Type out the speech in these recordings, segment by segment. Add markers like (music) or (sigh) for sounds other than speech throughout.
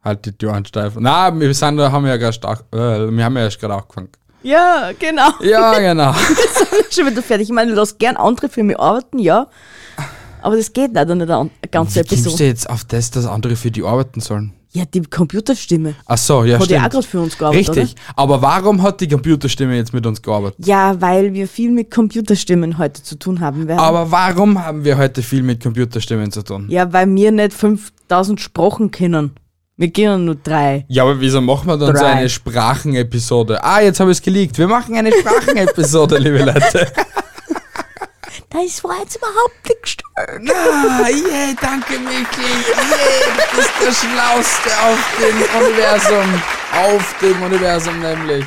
Haltet die Türen steif. Na, wir sind, haben ja gerade stark, äh, wir haben ja erst gerade angefangen. Ja, genau. Ja, genau. (laughs) Schon wieder fertig. Ich meine, lass gern andere für mich arbeiten, ja. Aber das geht leider nicht an- eine ganze Wie kommst du Episode. jetzt auf das, dass andere für die arbeiten sollen? Ja, die Computerstimme. Ach so, ja, Hat stimmt. ja auch gerade für uns gearbeitet, Richtig. Aber warum hat die Computerstimme jetzt mit uns gearbeitet? oder? Ja, weil wir viel mit Computerstimmen heute zu tun haben werden. Aber warum haben wir heute viel mit Computerstimmen zu tun? Ja, ja, weil wir nicht 5000 Sprachen kennen. Wir kennen nur drei. aber wieso machen wir dann so Drei. eine Sprachenepisode? Ah, jetzt habe ich es geleakt. Wir machen eine Sprachenepisode, (laughs) liebe Leute. Das war jetzt überhaupt nicht gestört. Ah, yeah, danke, Mickey. Yeah, du bist der Schlauste auf dem Universum. Auf dem Universum nämlich.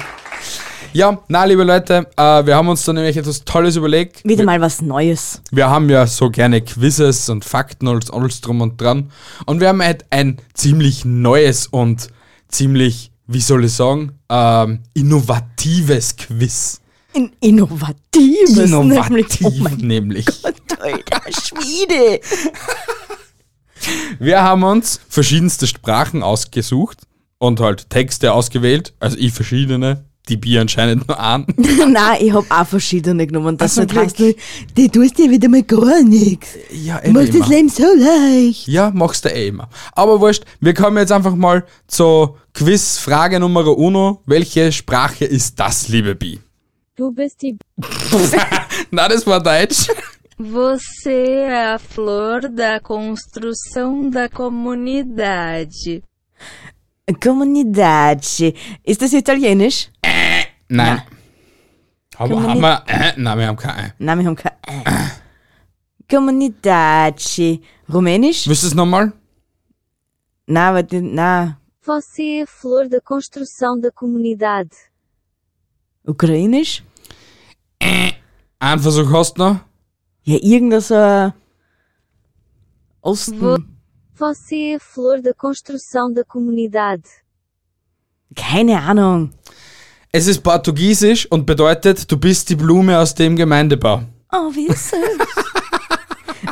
Ja, na, liebe Leute, äh, wir haben uns da nämlich etwas Tolles überlegt. Wieder mal was Neues. Wir haben ja so gerne Quizzes und Fakten und alles drum und dran. Und wir haben halt ein ziemlich neues und ziemlich, wie soll ich sagen, ähm, innovatives Quiz. Ein innovatives. Innovativ nämlich. Oh mein nämlich. Gott, alter Schwede. Wir haben uns verschiedenste Sprachen ausgesucht und halt Texte ausgewählt. Also ich verschiedene, die Bier anscheinend nur an. (laughs) (laughs) Nein, ich hab auch verschiedene genommen. Das Ach, nicht zum heißt, Glück. du tust dir wieder mal gar nichts. Ja, eh Du machst das Leben so leicht. Ja, machst du eh immer. Aber wurscht, wir kommen jetzt einfach mal zur Quiz-Frage Nummer uno. Welche Sprache ist das, liebe Bi? Du bist die Na, das war Deutsch. Você é a flor da construção da comunidade. Comunidade. Ist das Italienisch? Nein. Kann Aber man haben wir. Äh, nein, wir haben keine. Nein, wir haben kein. Äh. Comunidade. Rumänisch? Willst du es nochmal? Nein, aber die, nein. Você é a flor da construção da comunidade. Ukrainisch? Einen Versuch hast du noch? Ja, irgendwas so. Osten. Você é a flor da construção da comunidade. Keine Ahnung. Es ist Portugiesisch und bedeutet, du bist die Blume aus dem Gemeindebau. Oh, wie süß.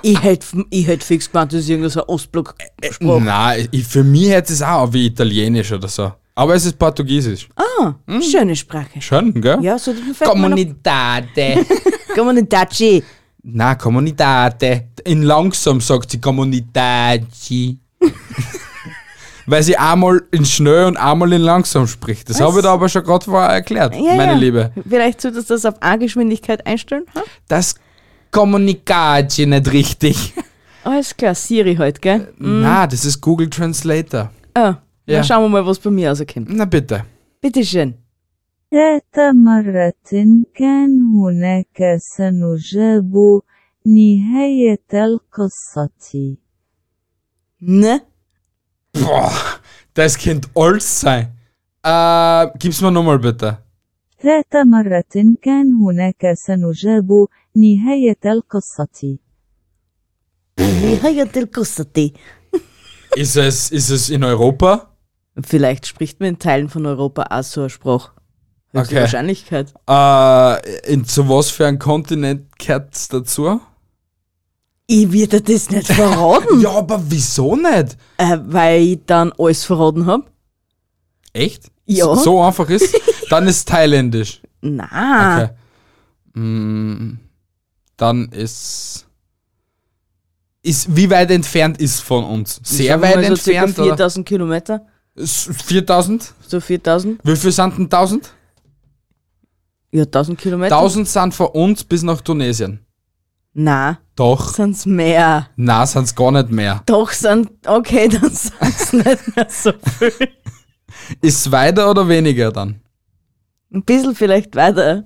(laughs) ich hätte ich hätt fix gemeint, das ist irgendein so Ostblock. Oh. Nein, ich, für mich hätte es auch wie Italienisch oder so. Aber es ist Portugiesisch. Schöne Sprache. Schön, gell? Ja, so die Comunidade. Comunidade. Na, Comunidade. In langsam sagt (laughs) sie Comunidade. Weil sie einmal in schnell und einmal in langsam spricht. Das habe ich da aber schon gerade vorher erklärt, Ja, meine ja. Liebe. Vielleicht solltest du das auf A-Geschwindigkeit einstellen. Hm? Das Kommunikati (laughs) nicht richtig. Alles klar, Siri halt, gell? Na, das ist Google Translator. Ah, Äh, Ja. Dann schauen wir mal, was bei mir rauskommt. Na bitte. Bitteschön. ذات مرة كان هناك سنجاب نهاية القصة Ne? Boah, das Kind old sein. Äh, gib's mir nochmal bitte. ذات مرة كان هناك سنجاب نهاية القصة Nihayat el-Qusati. Ist es, ist es in Europa? Vielleicht spricht man in Teilen von Europa auch so eine Sprache. Höchste Okay. Wahrscheinlichkeit. Äh, in, zu was für einem Kontinent gehört's dazu? Ich würde das nicht (laughs) verraten, Ja, aber wieso nicht? äh, weil ich dann alles verraten habe. Echt? Ja. So (laughs) einfach ist? Dann ist thailändisch. Na, Okay. Mm, Dann ist. Ist, wie weit entfernt ist von uns? Sehr weit entfernt, So circa 4000 Kilometer, oder? S- 4000? so 4000. Wie viel sind denn 1000? Ja, 1000 Kilometer. 1000 sind von uns bis nach Tunesien. Na, Doch. sind's mehr. Na, sind's gar nicht mehr. Doch sind, okay, dann (laughs) sind's nicht mehr so viel. Ist weiter oder weniger dann? Ein bisschen vielleicht weiter.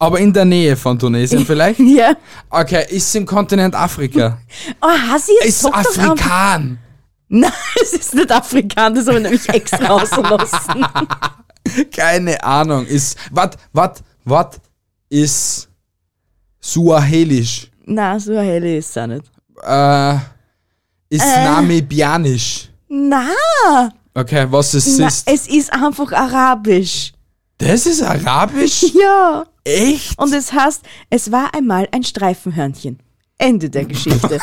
Aber in der Nähe von (laughs) Tunesien vielleicht? Ja. Okay, ist im (laughs) Kontinent Afrika. Oh, Hasi, jetzt Ist sag doch einfach- Afrikan. Nein, (laughs) es ist nicht afrikanisch, das habe ich nämlich extra (laughs) ausgelassen. Keine Ahnung. Ist. Wat, wat, wat ist Suahelisch? Nein, so hell ist es auch nicht. Äh, ist Äh. Namibianisch. Nein, Okay, was es nein, ist. es ist einfach arabisch. Das ist Arabisch? (laughs) Ja. Echt? Und es heißt, es war einmal ein Streifenhörnchen. Ende der (laughs) Geschichte.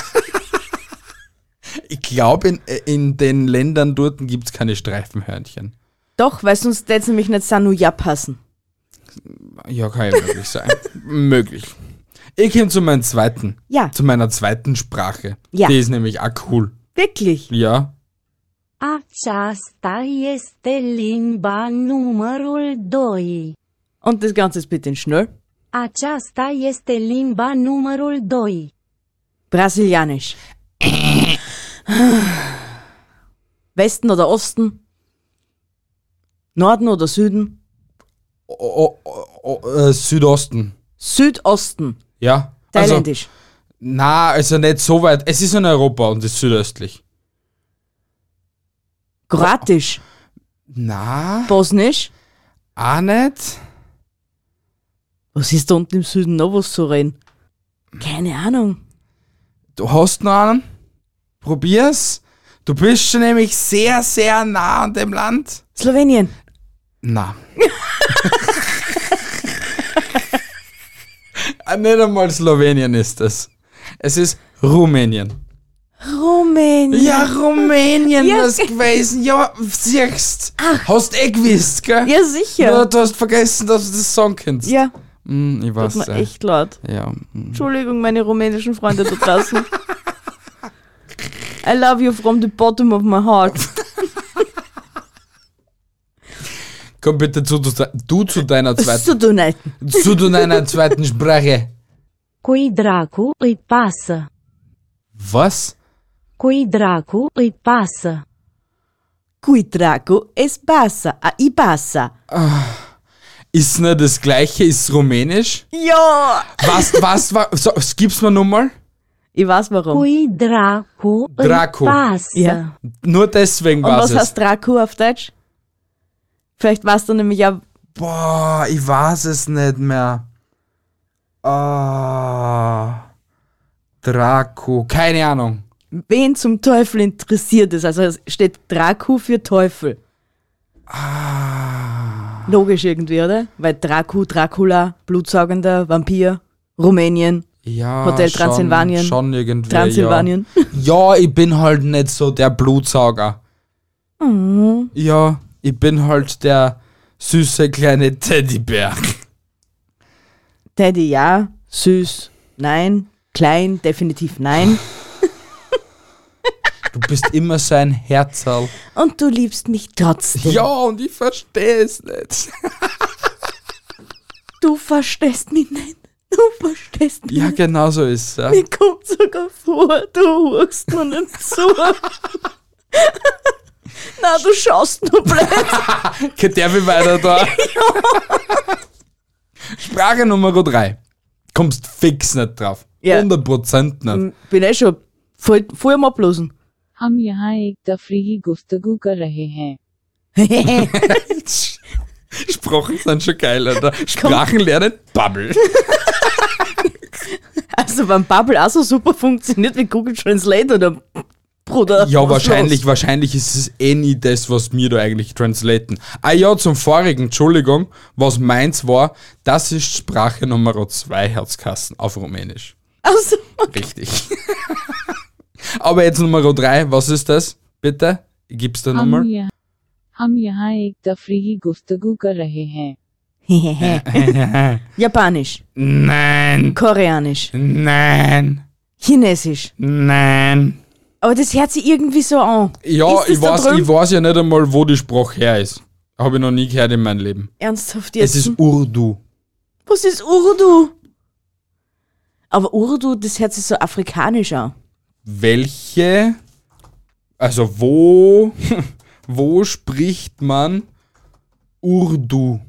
Ich glaube, in, in den Ländern dort gibt's keine Streifenhörnchen. Doch, weil sonst jetzt nämlich nicht Sanuja passen. Ja, kann ja möglich (laughs) sein. möglich. Ich komme zu meinem zweiten. Ja. Zu meiner zweiten Sprache. Ja. Die ist nämlich auch cool. Wirklich. Ja. Aceasta este limba numărul 2 Und das Ganze ist bitte in schnell. Aceasta este limba numărul 2 Brasilianisch. Westen oder Osten? Norden oder Süden? O, o, o, äh, Südosten. Südosten. Ja. Also, Thailändisch. na, also nicht so weit. Es ist in Europa und ist südöstlich. Kroatisch. Na, Bosnisch. auch nicht. Was ist da unten im Süden noch was zu reden? Keine Ahnung. Du hast noch einen. Probier's. Du bist schon nämlich sehr, sehr nah an dem Land. Slowenien. Na. (laughs) Ah, nicht einmal Slowenien ist es. Es ist Rumänien. Rumänien. Ja, Rumänien Ja. Ah. was gewesen. Ja, siehst. Hast eh gewusst, gell? Ja, sicher. Nur du hast vergessen, dass du das Song kennst. Ja, Hm, ich tut weiß. mir äh, echt leid. Ja. hm. Entschuldigung, meine rumänischen Freunde da (laughs) draußen. I love you from the bottom of my heart. Komm bitte zu, du, du zu (laughs) deiner Zu zweiten, Donaten. zu deiner zweiten Sprache. Cui dracu îi pasă? Was? Cui dracu îi pasă? Cui trago es passa, a i passa. Ist nicht das gleiche, ist Rumänisch? Ja! Was, was war, so, gib's mir nochmal. Ich weiß warum. Cui dracu îi Dracu. pasă? Ja. Nur deswegen Und war's was es. heißt Draco auf Deutsch? Vielleicht weißt du nämlich ja, Boah, ich weiß es nicht mehr. Ah. Draco. Keine Ahnung. wen zum Teufel interessiert es. Also es steht Draco für Teufel. Logisch irgendwie, oder? Weil Draco, Dracula, blutsaugender Vampir, Rumänien, Ja, Hotel schon- Transsilvanien. Schon irgendwie. Transsilvanien. Ja. ja, ich bin halt nicht so der Blutsauger. Mhm. Ja, ich bin halt der süße kleine Teddybär. Teddy, ja. Süß, nein. Klein, definitiv nein. Du bist immer so ein Herzerl. Und du liebst mich trotzdem. Ja, und ich verstehe es nicht. Du verstehst mich nicht. Du verstehst mich Ja, nicht. genau so (laughs) ist es. Ja. Mir kommt sogar vor, du hörst mir nicht zu. (laughs) Na, du schaust nur blöd. Geht der wie weiter da? Sprache Nummer drei Kommst fix nicht drauf. Ja. 100% nicht. Bin eh schon voll, voll am Ablosen. हम यहाँ एक तफरीही गुफ्तगू कर रहे हैं Sprachen sind schon geil, Alter. Sprachen lernen, Bubble. Also wenn Bubble auch so super funktioniert wie Google Translate oder Bruder. Ja, was wahrscheinlich, los? wahrscheinlich ist es eh nie das, was wir da eigentlich translaten. Ah ja, zum vorigen, Entschuldigung, was meins war, das ist Sprache Nummer 2, Herzkassen, auf Rumänisch. (laughs) Also, Richtig. Aber jetzt Nummer 3, was ist das? Bitte? Gib's da हम nochmal? यहाँ हम यहाँ एक तफरीही गुफ्तगू कर रहे हैं Japanisch, Nein, Koreanisch, nein, Chinesisch. nein. Aber das hört sich irgendwie so an. Ja, Ist das ich da weiß, drüben? ich weiß ja nicht einmal, wo die Sprache her ist. Habe ich noch nie gehört in meinem Leben. Ernsthaft Es jetzt? ist Urdu. Was ist Urdu? Aber Urdu, das hört sich so afrikanisch an. welche, also wo, (laughs) wo spricht man Urdu?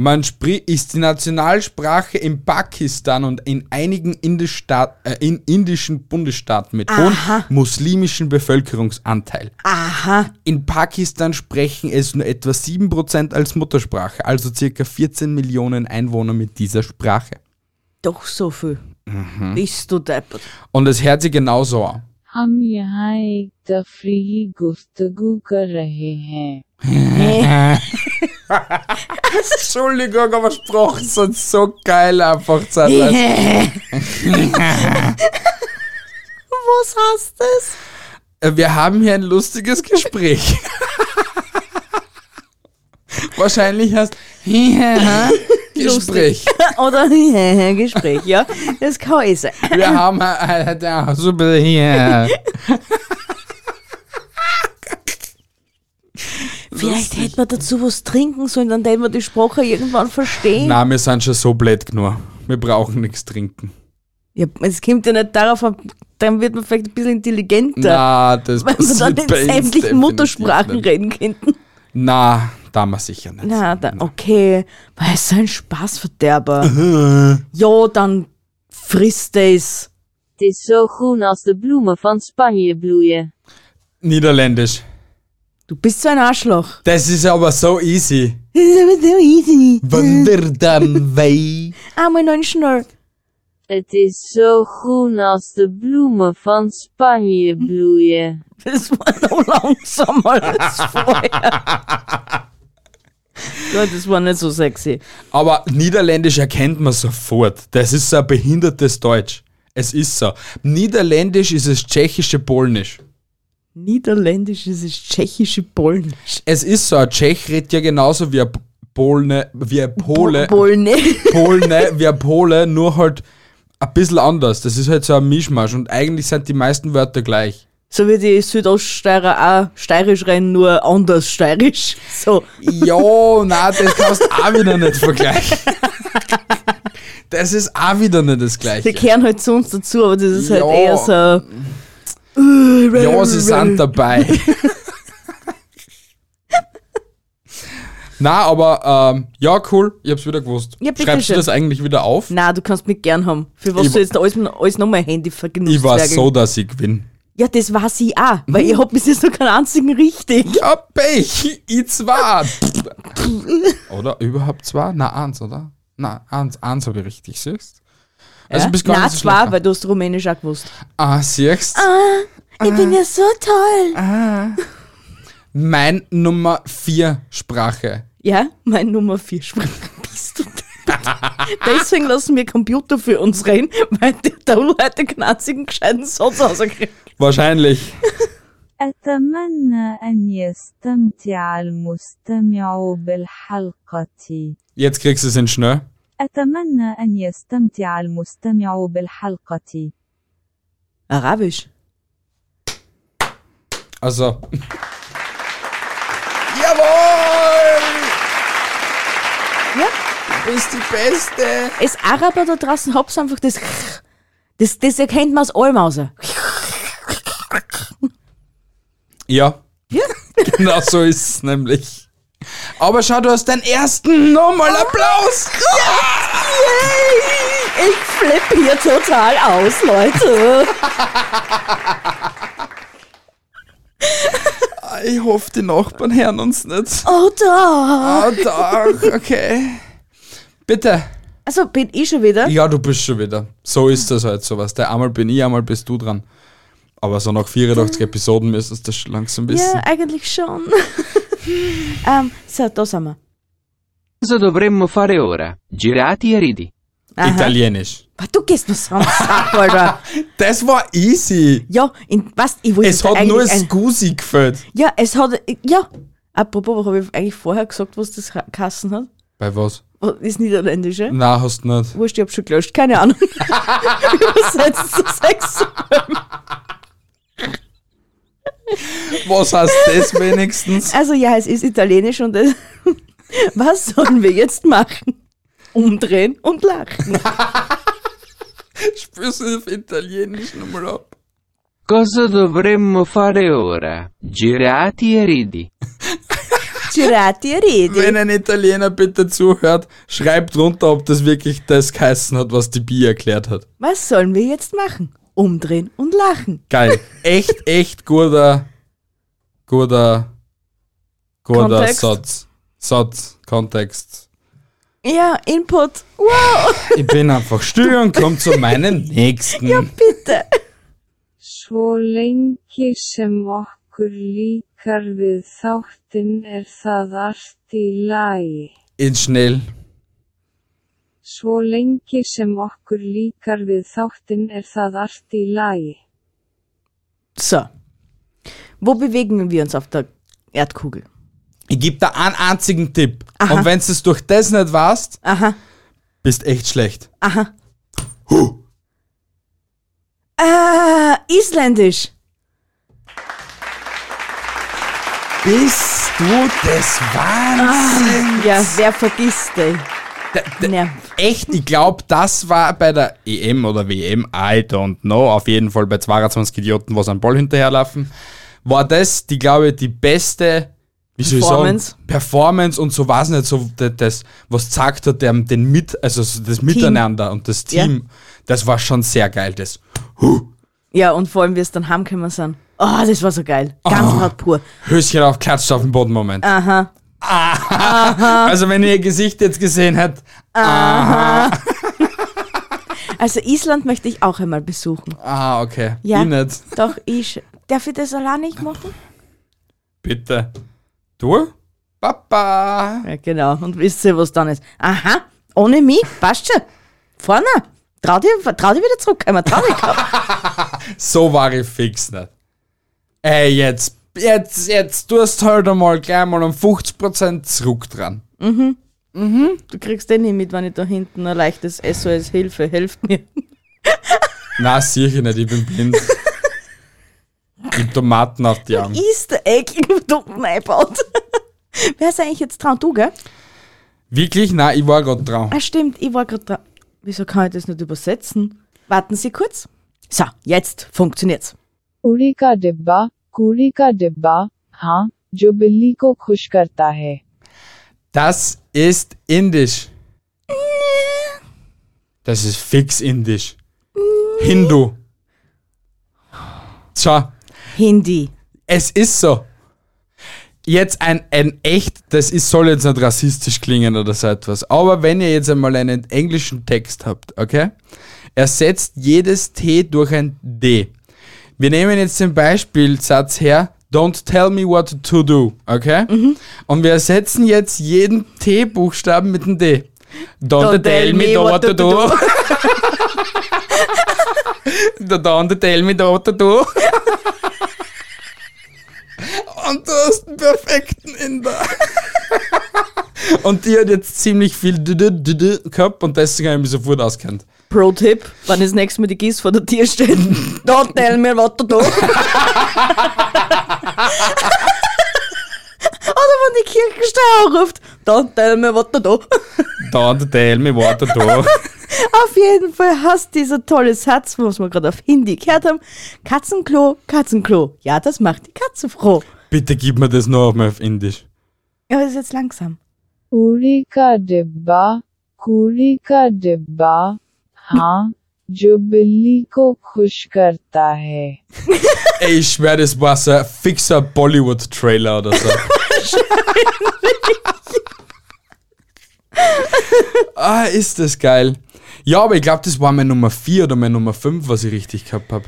Man spricht, ist die Nationalsprache in Pakistan und in einigen Indischstaat, äh, in indischen Bundesstaaten mit hohem muslimischen Bevölkerungsanteil. Aha. In Pakistan sprechen es nur etwa 7% als Muttersprache, also circa 14 Millionen Einwohner mit dieser Sprache. Doch so viel. Mhm. Bist du (laughs) deppert. Und es hört sich genauso an. हम यहाँ एक तफरीही गुफ्तगू कर रहे हैं Entschuldigung, aber Sprachen sind so geil einfach. zeitweise. (laughs) Was heißt das? Äh, Wir haben hier ein lustiges Gespräch. (laughs) Wahrscheinlich (laughs) hast Gespräch. Oder (laughs) Gespräch, ja. Das kann eh sein. Wir haben äh, äh, ja, super (laughs) hier. Vielleicht hätten wir dazu was trinken sollen, dann hätten wir die Sprache irgendwann verstehen. Na, wir sind schon so blöd genug. Wir brauchen nichts trinken. Ja, es kommt ja nicht darauf an, dann wird man vielleicht ein bisschen intelligenter. Na, das wenn wir dann in passiert bei uns definitiv sämtlichen Muttersprachen nicht. reden könnten. Na, da mal sicher nicht. Na, da, okay. Weil es so ein Spaßverderber. ja, dann frisst es. Het is zo groen als de bloemen van Spanje bloeien. Niederländisch. Du bist so ein Arschloch. Das ist aber so easy. (laughs) Das ist aber so easy. Wanderdam wei. Einmal noch schnell. Het is zo groen als de bloemen van Spanje bloeien. Das war noch langsamer als vorher. Gott, das war nicht so sexy. Aber Niederländisch erkennt man sofort. Das ist so ein behindertes Deutsch. Es ist so. Niederländisch ist das tschechische Polnisch. Niederländisch ist es tschechische Polnisch. Es ist so, ein Tschech redet ja genauso wie ein Polne, wie ein Pole, Oh, (laughs) Polnisch. Polne, wie ein Pole, nur halt ein bisschen anders. Das ist halt so ein Mischmasch und eigentlich sind die meisten Wörter gleich. So wie die Südoststeirer auch steirisch rein, nur anders steirisch. So. Jo, na, das kannst du auch wieder nicht vergleichen. Das ist auch wieder nicht das Die Gleiche. kehren halt zu uns dazu, aber das ist halt Ja. eher so. Ähm, Ja, sie sind dabei. Na, aber ähm, ja, cool, ich hab's wieder gewusst. Ja, bitte Schreibst schön. du das eigentlich wieder auf? Na, du kannst mich gern haben. Für was Ich- du jetzt alles, alles nochmal Handy vergnügt ich war so, Hm? dass ich gewinne. Ja, das war sie auch, weil ich hab bis jetzt noch keinen einzigen richtig. Ja, Pech, ich zwar. oder überhaupt zwar? Na, eins, oder? Na, eins, eins hab ich richtig, siehst Also, Ja? du bist gar Nein, nicht so zwei, schlecht. weil du hast Rumänisch auch gewusst. Ah, siehst Ich bin ja so toll. Mein Nummer 4 Sprache. Ja, mein Nummer 4 Sprache (laughs) bist du. deppert. Deswegen lassen wir Computer für uns reden, weil der Daul heute keinen einzigen gescheiten Satz rausgekriegt. Wahrscheinlich. أتمنى أن يستمتع المستمع بالحلقة Jetzt kriegst du es in schnell. أتمنى أن يستمتع المستمع بالحلقة Arabisch. Also. (laughs) Jawohl! Ja. Du bist die Beste! Es Araber da draußen hab's einfach das. Das, das erkennt man aus allem aus. Ja. (laughs) genau so ist es nämlich. Ah. Aber schau, du hast deinen ersten. Nochmal Applaus! Ich flippe hier total aus, Leute. Ah, Ich hoffe, die Nachbarn hören uns nicht. Oh, da. Ah, doch, okay. Bitte. Also bin ich schon wieder. Ja, du bist schon wieder. So ist das halt sowas. Der einmal bin ich, einmal bist du dran. Aber so nach 84 Episoden müsstest du das schon langsam wissen. Ja, eigentlich schon. (laughs) ähm, so, da sind wir. Cosa dovremmo fare ora? Girati e ridi. Aha. Italienisch. Was, Du gehst mir so am Sack, (laughs) Alter. Das war easy. Ja, in, was, ich wollte Es hat eigentlich nur ein- Scusi gefällt. Ja, es hat. Ja. Apropos, was habe ich eigentlich vorher gesagt, was das Ra- Kassen hat? Bei was? Oh, Das Niederländische? Na, hast du nicht. Wurscht, ich hab schon gelöscht. Keine (laughs) Ahnung. (laughs) Übersetzt zu Sex. Was heißt das (laughs) wenigstens? Also ja, es ist Italienisch und es, (laughs) was sollen wir jetzt machen? Umdrehen und lachen. Spürst du auf Italienisch nochmal ab? Cosa dovremmo fare ora? Girati e ridi. Girati e ridi. Wenn ein Italiener bitte zuhört, schreibt runter, ob das wirklich das geheißen hat, was die Bi erklärt hat. Was sollen wir jetzt machen? Umdrehen und lachen. (laughs) Geil. Echt, echt guter, guter, guter Kontext. Satz. Satz, Kontext. Ja, Input. Wow, Ich bin einfach still und komm zu meinem nächsten. bitte. Svo lengi sem okkur líkar við þáttinn er það allt í lagi. In schnell. Svo lengi sem okkur líkar við þáttinn er það allt í lagi. So. Wo bewegen wir uns auf der Erdkugel? Ich gebe dir einen einzigen Tipp. Und wenn du es durch das nicht weißt, Aha, bist echt schlecht. aha. Huh. Äh, Isländisch. Bist du des Wahnsinns? Ja, wer vergisst den? Ja. Echt, ich glaube, das war bei der EM oder WM, I don't know, auf jeden Fall bei 22 Idioten, was am Ball hinterherlaufen, war das, die glaube ich, die beste wie soll ich Performance. Sagen, Performance und so weiß nicht, so das, das was gesagt hat, der, den mit, also so das Miteinander und das Ja. Team, das war schon sehr geil, das. ja, und vor allem, wie es dann heimgekommen sind. Oh, das war so geil. Ganz hart pur. Höschen auf, klatscht auf den Boden, Moment. Aha. Aha. (laughs) Also wenn ihr ihr Gesicht jetzt gesehen hättet, Also Island möchte ich auch einmal besuchen. ah, okay, Ja. ich nicht. Doch ich. Darf ich das allein nicht machen? Bitte. Du? Papa. Ja, genau. Und wisst ihr, was dann ist? Aha, ohne mich, passt schon. Vorne. Trau dich, trau dich wieder zurück. Einmal trau dich. So war ich fix nicht. Ey, jetzt, jetzt, jetzt tust halt einmal gleich mal um 50% zurück dran. (laughs) Du kriegst den nicht mit, wenn ich da hinten ein leichtes SOS Hilfe, helft mir. Na, sicher nicht, ich bin (laughs) blind. Gib Tomaten auf die Arme. Easter Egg im dummen iPod. (laughs) Wer ist eigentlich jetzt dran? Du, gell? Wirklich? Na, ich war gerade dran. Ah, stimmt, ich war gerade dran. Wieso kann ich das nicht übersetzen? Warten Sie kurz. So, jetzt funktioniert's. उड़ी का डिब्बा कूड़ी का डिब्बा हाँ जो बिल्ली को खुश करता है Das ist indisch. Das ist fix indisch. Hindu. Schau. Hindi. Es ist so. Jetzt ein, ein echt, das ist, soll jetzt nicht rassistisch klingen oder so etwas, aber wenn ihr jetzt einmal einen englischen Text habt, okay? Ersetzt jedes T durch ein D. Wir nehmen jetzt den Beispielsatz her, don't tell me what to do, okay? Und wir ersetzen jetzt jeden T-Buchstaben mit einem D. Don't, tell me what to do. (laughs) Don't tell me what to do. Und du hast einen perfekten Inder. (laughs) und die hat jetzt ziemlich viel d -d -d -d gehabt und deswegen habe ich mich sofort auskennt. Pro-Tipp, wenn das nächste Mal die Gis vor der Tür (laughs) steht, don't tell me what (laughs) to do. Oder wenn die Kirchensteuer ruft, don't tell me what to do. Don't tell me what to do. Auf jeden Fall hast dieser tolle Satz, was wir gerade auf Hindi gehört haben. Katzenklo, Katzenklo. Ja, das macht die Katze froh. (laughs) Bitte gib mir das noch einmal auf Indisch. Ja, aber das ist jetzt langsam. उड़ी का डिब्बा कूड़ी का डिब्बा हाँ जो बिल्ली को खुश करता है Ey, ich schwör, das war so ein fixer Bollywood-Trailer oder so. ah, ist das geil. Ja, aber ich glaube, das war mein Nummer 4 oder mein Nummer 5, was ich richtig gehabt habe.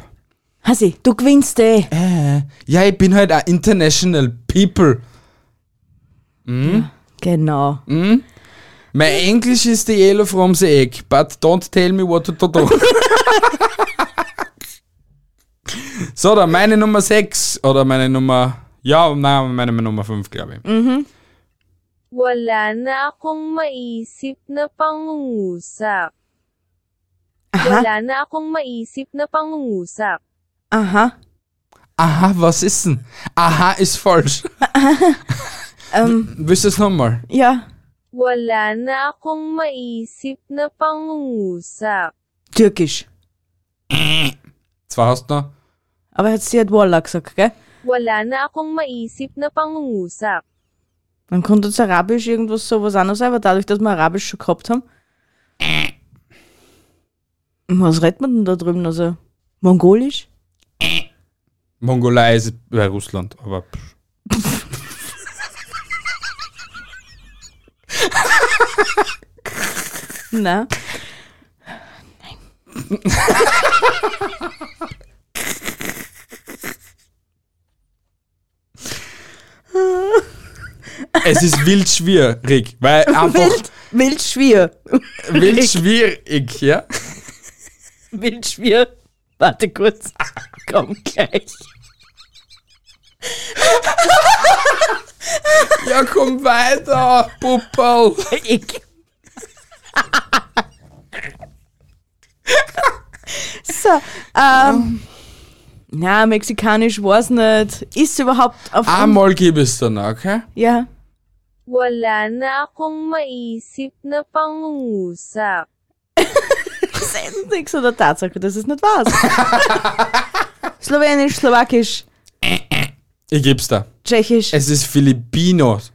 Hasi, du gewinnst eh. Äh. Ja, ich bin halt ein International People. Genau. My English is the yellow from the egg, but don't tell me what to do. so, dann meine Nummer 6 oder meine Nummer. Ja, nein, meine Nummer 5, glaube ich. Mhm. Wala na akong maisip na pangungusap. Aha, Wala na akong maisip na pangungusap. aha. Aha, was ist denn? Aha ist falsch. (laughs) Ähm, Willst du es nochmal? ja. Wala na akong maisip na pangungusap. Türkisch. Zwei hast du noch. Aber hat sie hat Walla gesagt, gell? Wala na akong maisip na pangungusap. Dann konnte uns Arabisch irgendwas sowas anderes sein, aber dadurch, dass wir Arabisch schon gehabt haben. Was redet man denn da drüben? Also, Mongolisch? Mongolei ist bei Russland, aber. pff. Na? Es ist wild schwierig, (laughs) weil einfach Wild, (laughs) Wildschwier. wild schwierig, ja? Wildschwier. Warte kurz. Komm gleich. Ja, komm weiter, Puppel. Ich. (laughs) so, ähm. Na, mexikanisch war's nicht. Ist überhaupt auf. Einmal gib es dann, okay? ja. Wala na akong maisip na pangungusap. Nix oder Tatsache, das ist nicht (laughs) wahr. Slowenisch, Slowakisch, Ich geb's da. Tschechisch. Es ist Filipinos.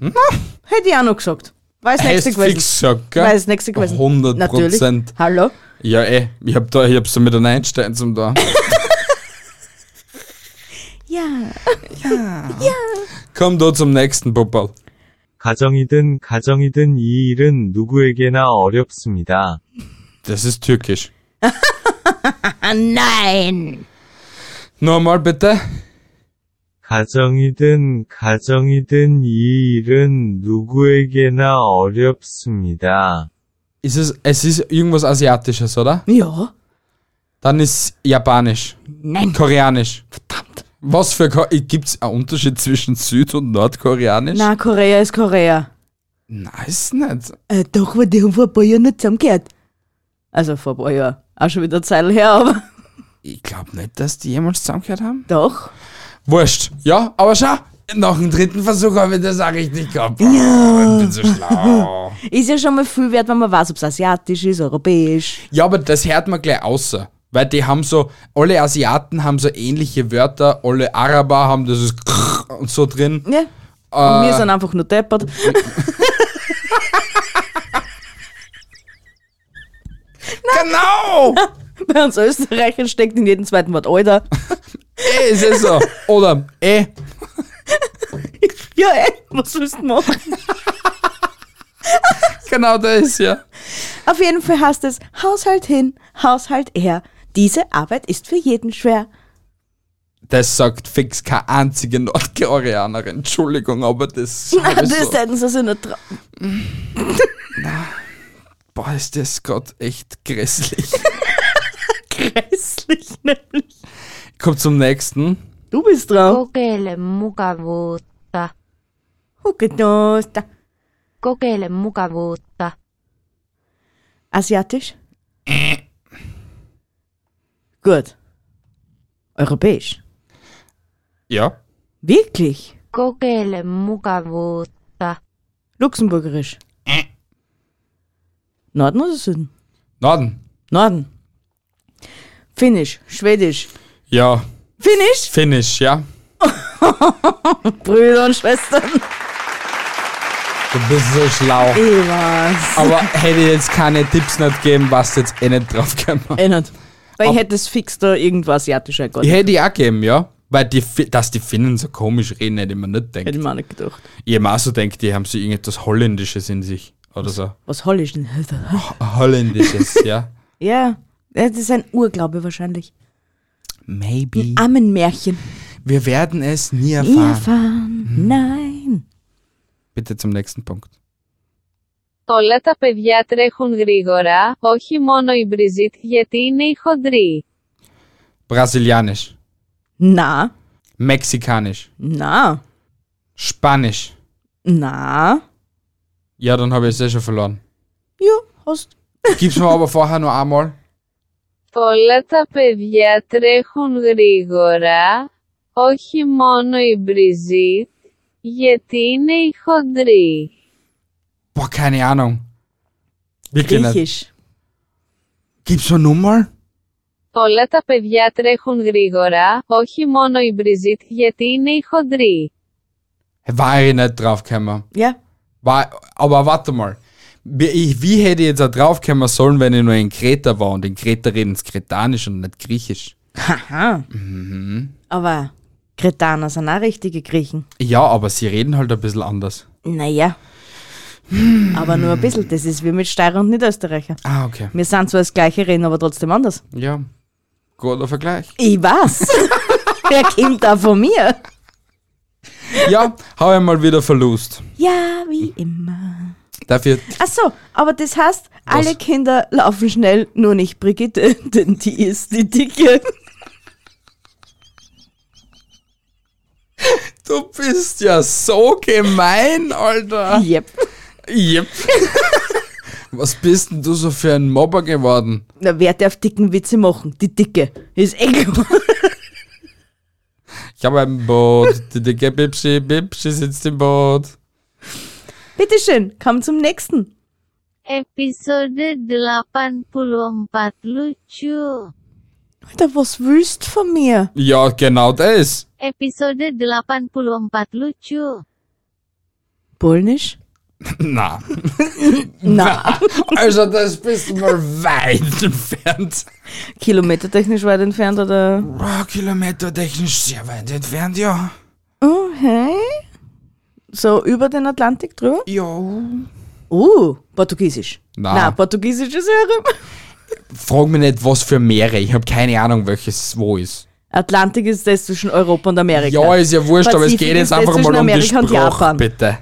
Hätte ich auch noch gesagt. Weiß Heißt nächste fix gewesen. gesagt, gell? Weiß nächste gewesen. 100 Natürlich. Prozent. Hallo? Ja, ey, ich hab da, ich hab's da mit einem Einstein zum da. Ja. Komm da zum nächsten Puppel. 가정이든 가정이든 이 일은 누구에게나 어렵습니다. Das ist türkisch. Ah, (laughs) nein! Nochmal bitte. 가정이든 가정이든 이 일은 누구에게나 어렵습니다. Ist es, es ist irgendwas Asiatisches, oder? Ja. Dann ist Japanisch. Nein. Koreanisch. Verdammt. Was für Ko Gibt's einen Unterschied zwischen Süd- und Nordkoreanisch? Na, Korea ist Korea. Nein, ist nicht. Äh, doch, weil die haben vor ein paar Jahren nicht zusammengehört. Also vor ein paar Jahren. Auch schon wieder eine Zeit her, aber Ich glaube nicht, dass die jemals zusammengehört haben. doch. Wurscht. Ja, aber schau. Nach dem dritten Versuch habe ich das auch richtig gehabt. Ja. Ich bin so schlau. (laughs) Ist ja schon mal viel wert, wenn man weiß, ob es asiatisch ist, europäisch. Ja, aber das hört man gleich außer. Weil die haben so, alle Asiaten haben so ähnliche Wörter, alle Araber haben dieses und so drin. Ja. Und wir sind einfach nur deppert. Genau! Bei uns Österreichern steckt in jedem zweiten Wort Alter. eh, ist eh so. Oder eh. Ja, ey, was willst du machen? Genau das ist ja. Auf jeden Fall heißt es Haushalt hin, Haushalt her. Diese Arbeit ist für jeden (laughs) schwer. Das sagt fix keine einzige Nordkoreanerin. Entschuldigung, aber das. hab ich Das so. hätten sie sich nicht tra- Boah, ist das Gott echt grässlich. grässlich, nämlich. Kommt zum nächsten. Du bist dran. Kokele mukavuutta. Oh, Hugedosta. Kokeile mukavuutta. Asiatisch? Gut. Europäisch. Ja. Wirklich? Kokeile mukavuutta. Luxemburgerisch. Norden oder Süden? Norden. Norden. Finnisch, Schwedisch. Ja. Finnisch? Finnisch, ja. Brüder und Schwestern. Du bist so schlau. Ich weiß. Aber hätte ich jetzt keine Tipps nicht gegeben, was jetzt eh nicht drauf gekommen. Eh nicht. Weil ich hätte es fix da irgendwo asiatisch eingeladen. Ich hätte die auch gegeben, ja. Weil die, Fi- dass die Finnen so komisch reden, hätte ich mir nicht Hätte gedacht. ich mir auch nicht gedacht. Ich habe auch so gedacht, die haben so irgendetwas Holländisches in sich. Oder so. Was Holl ist denn? Holländisches, (laughs) ja. ja. ja, das ist ein Urglaube wahrscheinlich. Maybe. Ammenmärchen. Wir werden es nie erfahren. Irfan, Mhm. nein. Bitte zum nächsten Punkt. Όλα τα παιδιά τρέχουν γρήγορα, όχι μόνο η Μπριζίτ γιατί είναι η χοντρή. Brasilianisch. Na, Mexikanisch. na, Spanisch. na. Ja, dann habe ich es eh schon verloren. Ja, hast. Gib's mir aber vorher noch einmal. Όλα τα παιδιά τρέχουν γρήγορα, όχι μόνο η Μπριζίτ γιατί είναι η χοντρή. Boah, keine Ahnung. Wirklich nicht. Griechisch. Gib's mir nochmal? Όλα τα παιδιά τρέχουν γρήγορα, όχι μόνο η Μπριζίτ γιατί είναι η χοντρή. War ich nicht draufgekommen. Ja, War, aber warte mal. Wie, ich, wie hätte ich jetzt da draufkommen sollen, wenn ich nur in Kreta war und in Kreta reden es Kretanisch und nicht Griechisch? Haha. Mhm. Aber Kretaner sind auch richtige Griechen. Ja, aber sie reden halt ein bisschen anders. Naja. Aber nur ein bisschen. Das ist wie mit Steirer und Niederösterreicher. Ah, okay. Wir sind zwar das gleiche, reden aber trotzdem anders. Ja. Guter Vergleich. Ich (laughs) weiß. Wer kommt da von mir? Ja, habe ich mal wieder verlust. Ja, wie immer. Dafür Ach so, aber das heißt, alle Kinder laufen schnell, nur nicht Brigitte, (laughs) denn die ist die Dicke. Du bist ja so gemein, Alter. Yep. Yep. (laughs) Was bist denn du so für ein Mobber geworden? Na, wer darf dicken Witze machen? Die Dicke. Ist eh klar. (laughs) Ich habe ein Boot. Die dicke Bipschi, Bipschi sitzt im Boot. Bitteschön, komm zum nächsten. Episode 84 lucu. Alter, was willst von mir? Ja, genau das. Episode 84 lucu. Polnisch? Na, (laughs) Na, (laughs) also das bist du mal weit (laughs) entfernt. kilometertechnisch weit entfernt oder? Wow, kilometertechnisch sehr weit entfernt, ja. Oh, Okay. So über den Atlantik drüber? Jo. Uh, Portugiesisch. Na. Na, Portugiesisch ist ja rüber. Frag mich nicht, was für Meere. Ich habe keine Ahnung, welches wo ist. Atlantik ist das zwischen Europa und Amerika. Ja, ist ja wurscht, aber es Pazifik geht jetzt ist einfach zwischen mal um die Amerika und Sprache, Japan. bitte.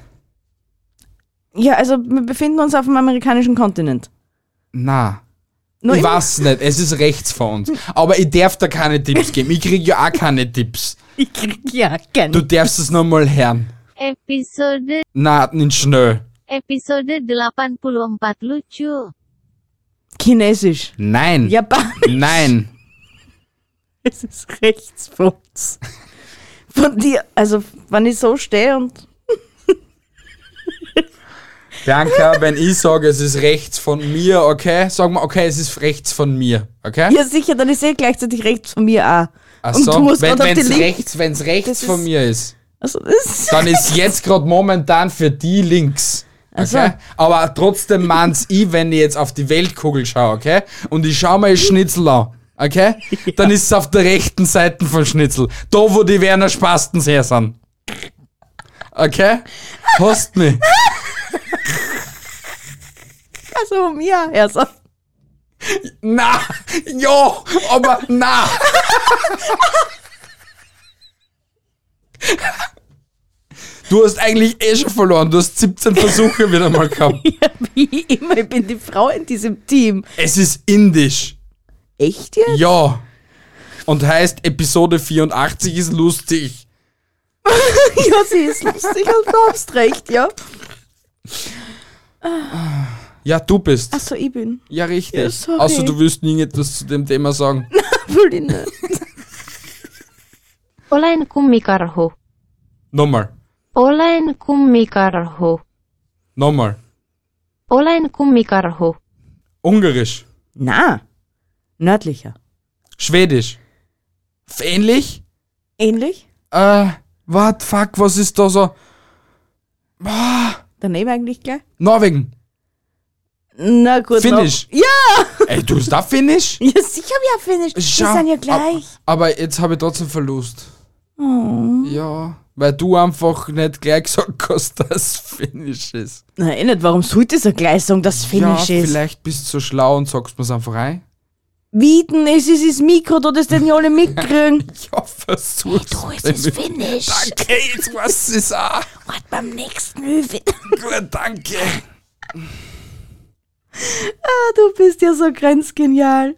ja, also wir befinden uns auf dem amerikanischen Kontinent. Na. Nur ich immer- weiß nicht, es ist rechts von uns. Aber ich darf da keine Tipps geben. Ich krieg ja auch keine Tipps. Ich krieg ja keinen. Du darfst es nochmal hören. Episode, Na, nicht schnell. episode 84 lucu. Chinesisch. Nein. Japanisch. Nein. Es ist rechts von uns. Von dir. Also, wenn ich so stehe und. Bianca, wenn ich sage, es ist rechts von mir, okay? Sag mal, okay, es ist rechts von mir, okay? Ja, sicher, dann ist eh gleichzeitig rechts von mir auch. Ach und so, du musst wenn gerade auf die es linke. rechts, wenn's rechts Das von ist- mir ist, Also, das ist dann ist jetzt gerade momentan für die links. Okay? so. Aber trotzdem meins ich, wenn ich jetzt auf die Weltkugel schaue, okay? Und ich schaue mir das Schnitzel an, okay? Dann ist es auf der rechten Seite vom Schnitzel. Da, wo die Werner Spastens her sind. Okay? Hast mich. also von mir. Ja, so. Na, ja, aber na. Du hast eigentlich eh schon verloren. Du hast 17 Versuche wieder mal gehabt. Wie immer, ich bin die Frau in diesem Team. Es ist indisch. Echt (laughs) jetzt? Ja. Und heißt Episode 84 ist lustig. Ja, sie ist lustig und du hast recht, ja. Ja, du bist. Achso, ich bin. Ja, richtig. Ja, sorry. Außer du willst nie etwas zu dem Thema sagen. Will ich nicht. Olen kummikarhu. Nochmal. Olen kummikarhu. Nochmal. Olen kummikarhu. Ungarisch. Na, nördlicher. Schwedisch. Ähnlich? Ähnlich? Äh, what, fuck, was ist da so? Daneben eigentlich gleich? (laughs) Norwegen. Na gut. Finnisch. Noch. Ja! Ey, du bist da Finnisch? (laughs) Ja, sicher wie auf Finnisch. Die sind ja gleich. Oh. Aber, aber jetzt habe ich trotzdem Verlust. Ja, weil du einfach nicht gleich gesagt hast, (laughs) dass Finnisch ist. Na, eh nicht. Warum sollte es ja gleich sagen, dass Finnisch ja, ist? vielleicht bist du so schlau und sagst mir's einfach rein. (laughs) Wieden, es ist das Mikro, da das denn nicht alle (laughs) mitkriegen. Ja, versuch's. du, es ist Finnisch. Danke, jetzt weiß es auch. (laughs) Warte beim nächsten Öl. Gut, danke. Ah, du bist ja so grenzgenial.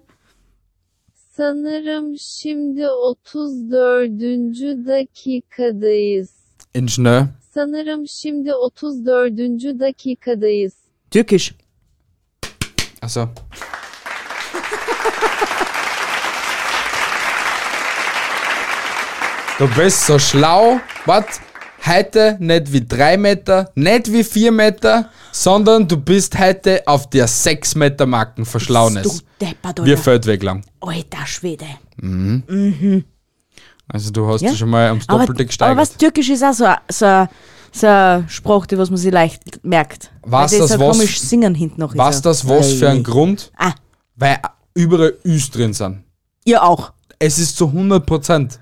Sanırım şimdi 34. dakikadayız. In schnell. Sanırım şimdi 34. dakikadayız. Türkisch. Also, du bist so schlau. Was? Heute nicht wie 3 Meter, nicht wie 4 Meter, sondern du bist heute auf der 6 Meter Marken Du verschlaunes. Deppert, Wir oder? fällt weg lang. Alter Schwede. Also du hast Ja. dich schon mal ums Aber, Doppelte aber was gesteigert. Türkisch ist auch so, a- so, a- so eine Sprache, die was man sich leicht merkt. Was Weil die das so was- komisch singen hinten noch Was ist. das was für ein Grund? Grund? Ah, Weil überall Üs drin sind. ihr auch. Es ist zu (laughs) 100 Prozent.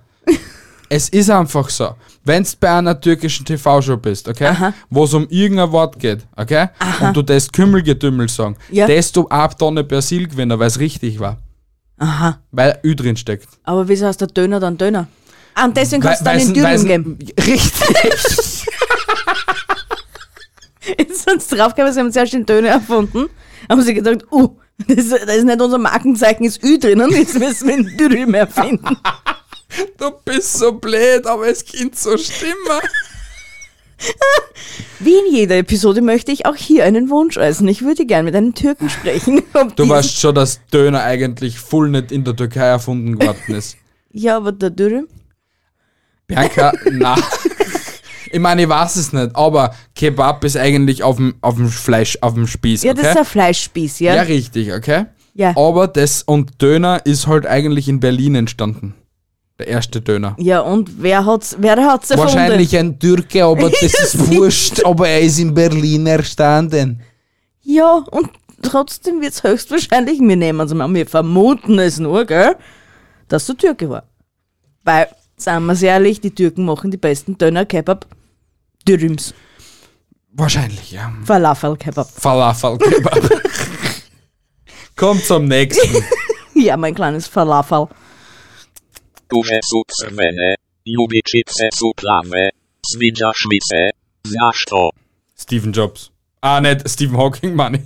es ist einfach so. Wenn du bei einer türkischen TV-Show bist, okay, wo es um irgendein Wort geht, okay, und du das Kümmelgetümmel sagen, Ja. das du ab Tonne Persil gewinnen, weil es richtig war. Aha. Weil Ü drin steckt. Aber wieso heißt der Döner dann Döner? Ah, und deswegen kannst du dann in Dürren geben. (laughs) Richtig. (laughs) Ist uns draufgekommen, sie haben zuerst den Döner erfunden. Haben sie gedacht, uh, das, das ist nicht unser Markenzeichen, ist Ü drinnen, das müssen wir in Dürren (laughs) erfinden. (laughs) du bist so blöd, aber es klingt (laughs) so stimmen. Wie in jeder Episode möchte ich auch hier einen Wunsch äußern. Ich würde gern mit einem Türken sprechen. (laughs) Ob Du diesen- weißt schon, dass Döner eigentlich voll nicht in der Türkei erfunden worden ist. Ja, aber der Dürren. Bianca, na. Ich meine, ich weiß es nicht, aber Kebab ist eigentlich auf dem, auf dem Fleisch, auf dem Spieß, Ja, okay? das ist ein Fleischspieß, ja? ja, Oh. richtig, okay? Ja. Aber das und Döner ist halt eigentlich in Berlin entstanden. Der erste Döner. Ja, und wer hat's, wer hat's erfunden? Wahrscheinlich ein (laughs) Türke, aber das ist wurscht, aber er ist in Berlin entstanden. Ja, und trotzdem wird's höchstwahrscheinlich, wir nehmen es mal, wir vermuten es nur, gell, dass du Türke war. Weil, sagen wir's ehrlich, die Türken machen die besten Döner, Kebab, Dürüms, Wahrscheinlich, ja. Falafel, Kebab. Falafel Kebab. Komm zum nächsten. (laughs) Ja, mein kleines Falafel. Duże subsmene. Ljubičice su plave. Sviđaš mi se. Zašto? Stephen Jobs. Ah, nicht Stephen Hawking, (laughs) Mann.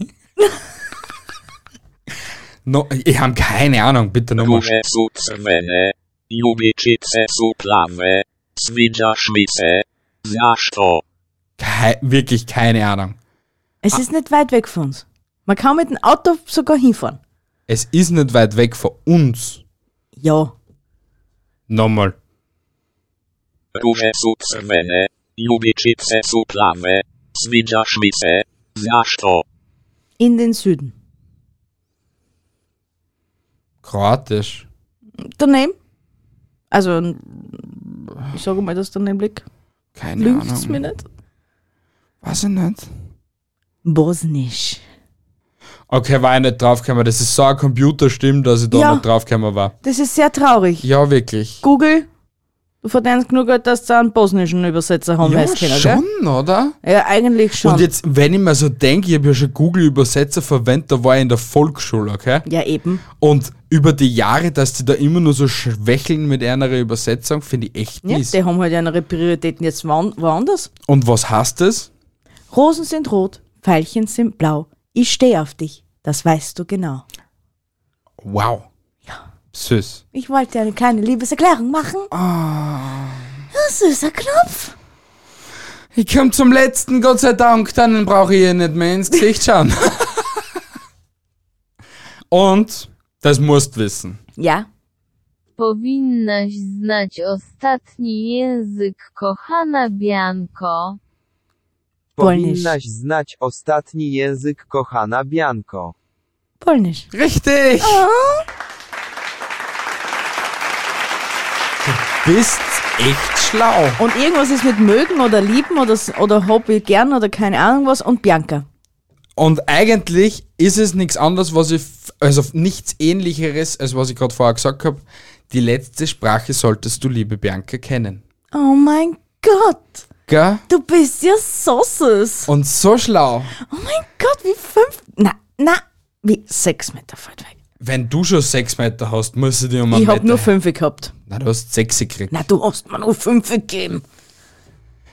no, ich habe keine Ahnung, bitte nochmal. Duże subsmene. Ljubičice su plave. Sviđaš mi se. Zašto? Kei, wirklich keine Ahnung. Es ist nicht weit weg von uns. Man kann mit dem Auto sogar hinfahren. Es ist nicht weit weg von uns. Ja, Nochmal. Duże subsmene. Ljubičice su plave. Sviđaš mi se. Zašto? in den Süden. Kroatisch. Daneben? Also, ich sage mal, dass daneben liegt. Keine Lügt's mir Ahnung. nicht? Weiß ich nicht. Bosnisch. Okay, war ich nicht draufgekommen. Das ist so ein Computerstimm, dass ich da Ja. nicht draufgekommen war. Das ist sehr traurig. Ja, wirklich. Google, du verdienst genug Geld, dass du einen bosnischen Übersetzer haben Ja, weißt, können, schon, gell? oder? Ja, eigentlich schon. Und jetzt, wenn ich mir so denke, ich habe ja schon Google-Übersetzer verwendet, da war ich in der Volksschule, okay? ja, eben. Und über die Jahre, dass die da immer nur so schwächeln mit einer Übersetzung, finde ich echt Ja, mies. die haben halt andere Prioritäten jetzt woan- woanders. Und was heißt das? Rosen sind rot, Veilchen sind blau. Ich stehe auf dich. Das weißt du genau. Wow. Süß. Ich wollte eine kleine Liebeserklärung machen. Oh. Ah. Süßer Knopf. Ich komme zum letzten, Gott sei Dank, dann brauche ich ihr nicht mehr ins Gesicht schauen. (laughs) Und das musst wissen. Ja. Powinnaś znać ostatni język, kochana Bianko. Polnisch. Powinnaś znać ostatni język, kochana Bianko. Polnisch. Richtig! Du bist Echt schlau. Und irgendwas ist mit mögen oder lieben oder, s- oder Hobby gern oder keine Ahnung was und Bianca. Und eigentlich ist es nichts anderes, was ich, f- also nichts ähnlicheres, als was ich gerade vorher gesagt habe. Die letzte Sprache solltest du, liebe Bianca, kennen. Oh mein Gott, Gell? du bist ja Sauces. Und so schlau. Oh mein Gott, wie fünf, na, na, wie sechs Meter weit weg. Wenn du schon sechs Meter hast, musst du dir um einen Ich hab Meter- nur fünf gehabt. Na, du hast sechs gekriegt. Na, du hast mir nur fünf gegeben.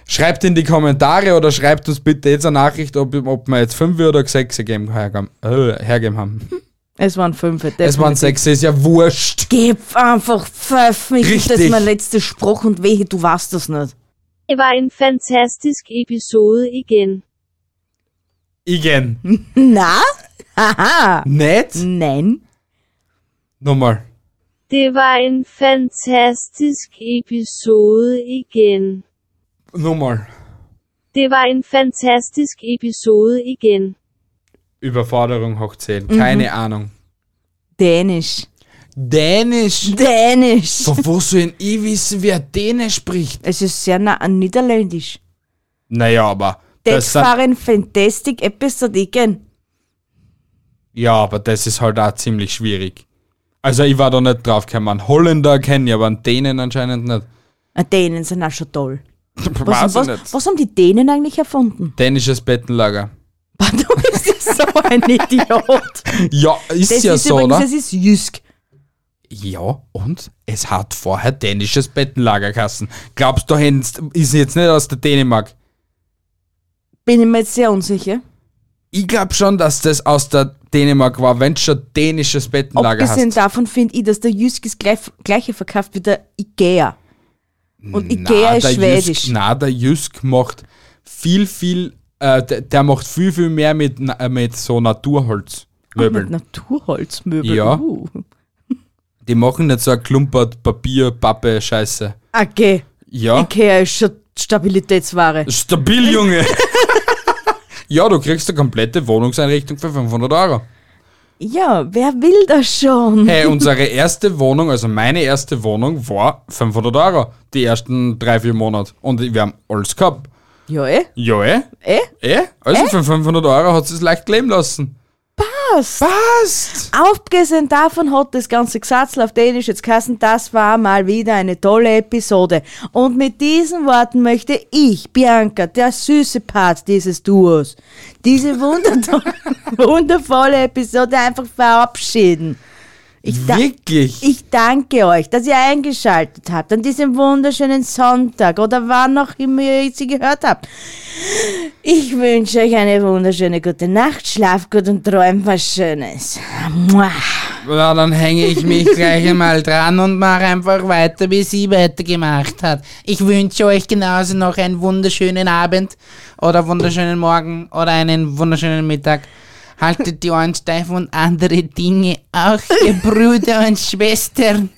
Schreibt in die Kommentare oder schreibt uns bitte jetzt eine Nachricht, ob, ob wir jetzt fünf oder sechs gegeben, hergeben, äh, hergeben haben. Es waren fünf. Es waren sechs, ist ja wurscht. Gib einfach fünf, mich ist das Richtig. mein letzter Spruch und wehe, du warst das nicht. Det var en fantastisk episode igen. Igen. Na? Haha. Nicht? Nein. Nochmal. Det var en fantastisk episode igen. Nochmal. Det var en fantastisk episode igen. Überforderung hochzählen. Mhm. Keine Ahnung. Dänisch. Dänisch. Dänisch. Von wo soll denn ich wissen, wer Dänisch spricht? Es ist sehr nah an Niederländisch. Naja, aber. Das war ein fantastic episode again. ja, aber das ist halt auch ziemlich schwierig. Also, ich war da nicht drauf gekommen. Einen Holländer kenne ich, aber einen Dänen anscheinend nicht. Ah, Dänen sind auch schon toll. (laughs) Weiß Was, ich was, nicht. was haben die Dänen eigentlich erfunden? (laughs) Dänisches Bettenlager. Du bist ja so ein Idiot. Ja, ist das ja ist so, ne? übrigens, oder? das ist Jysk. Ja, und es hat vorher dänisches Bettenlagerkassen. Glaubst du, Hens ist jetzt nicht aus der Dänemark? Bin ich mir jetzt sehr unsicher. Ich glaube schon, dass das aus der Dänemark war, wenn schon dänisches Bettenlager Abgesehen hast. davon finde ich, dass der Jysk das gleich, gleiche verkauft wie der Ikea. Und Ikea Na, ist der schwedisch. Jysk, na, der Jysk macht viel, viel, äh, der, der macht viel, viel mehr mit, na- äh, mit so Mit Naturholzmöbeln. Naturholzmöbel. Ja. Uh. Die machen nicht so ein klumpert Papier, Pappe, Scheiße. Okay. Ja, Ah, Ikea ist schon Stabilitätsware. stabil, (laughs) Junge. ja, du kriegst eine komplette Wohnungseinrichtung für 500 Euro. Ja, wer will das schon? Hey, unsere erste Wohnung, also meine erste Wohnung, war 500 Euro. Die ersten drei, vier Monate. Und wir haben alles gehabt. Ja, eh? Ja, eh? Eh? Eh? Also für 500 Euro hat sie es leicht leben lassen. Passt. Passt! Abgesehen davon hat das ganze Gesatzel auf Dänisch jetzt kassen, das war mal wieder eine tolle Episode. Und mit diesen Worten möchte ich, Bianca, der süße Part dieses Duos, diese wunderto- (laughs) wundervolle Episode einfach verabschieden. Ich, da Wirklich? ich danke euch, dass ihr eingeschaltet habt an diesem wunderschönen Sonntag oder wann auch immer ihr sie gehört habt. Ich wünsche euch eine wunderschöne gute Nacht, schlaf gut und träumt was Schönes. Mua. Ja, dann hänge ich mich gleich einmal dran und mache einfach weiter, wie sie weitergemacht hat. Ich wünsche euch genauso noch einen wunderschönen Abend oder wunderschönen Morgen oder einen wunderschönen Mittag. Haltet die Ohren steif und andere Dinge auch, ihr Brüder und Schwestern.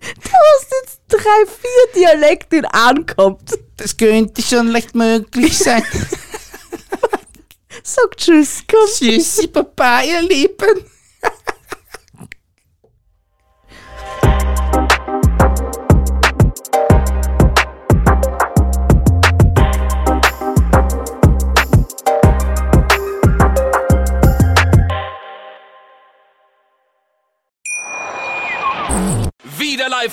Du hast jetzt drei, vier Dialekte in ankommt. Das könnte schon leicht möglich sein. (laughs) Sag Tschüss, komm. Tschüssi, Papa, ihr Lieben. Wieder live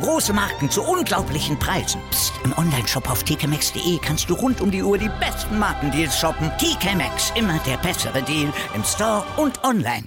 große Marken zu unglaublichen Preisen. Psst. Im Onlineshop auf tkmaxx.de kannst du rund um die Uhr die besten Markendeals shoppen. TK Maxx, immer der bessere Deal im Store und online.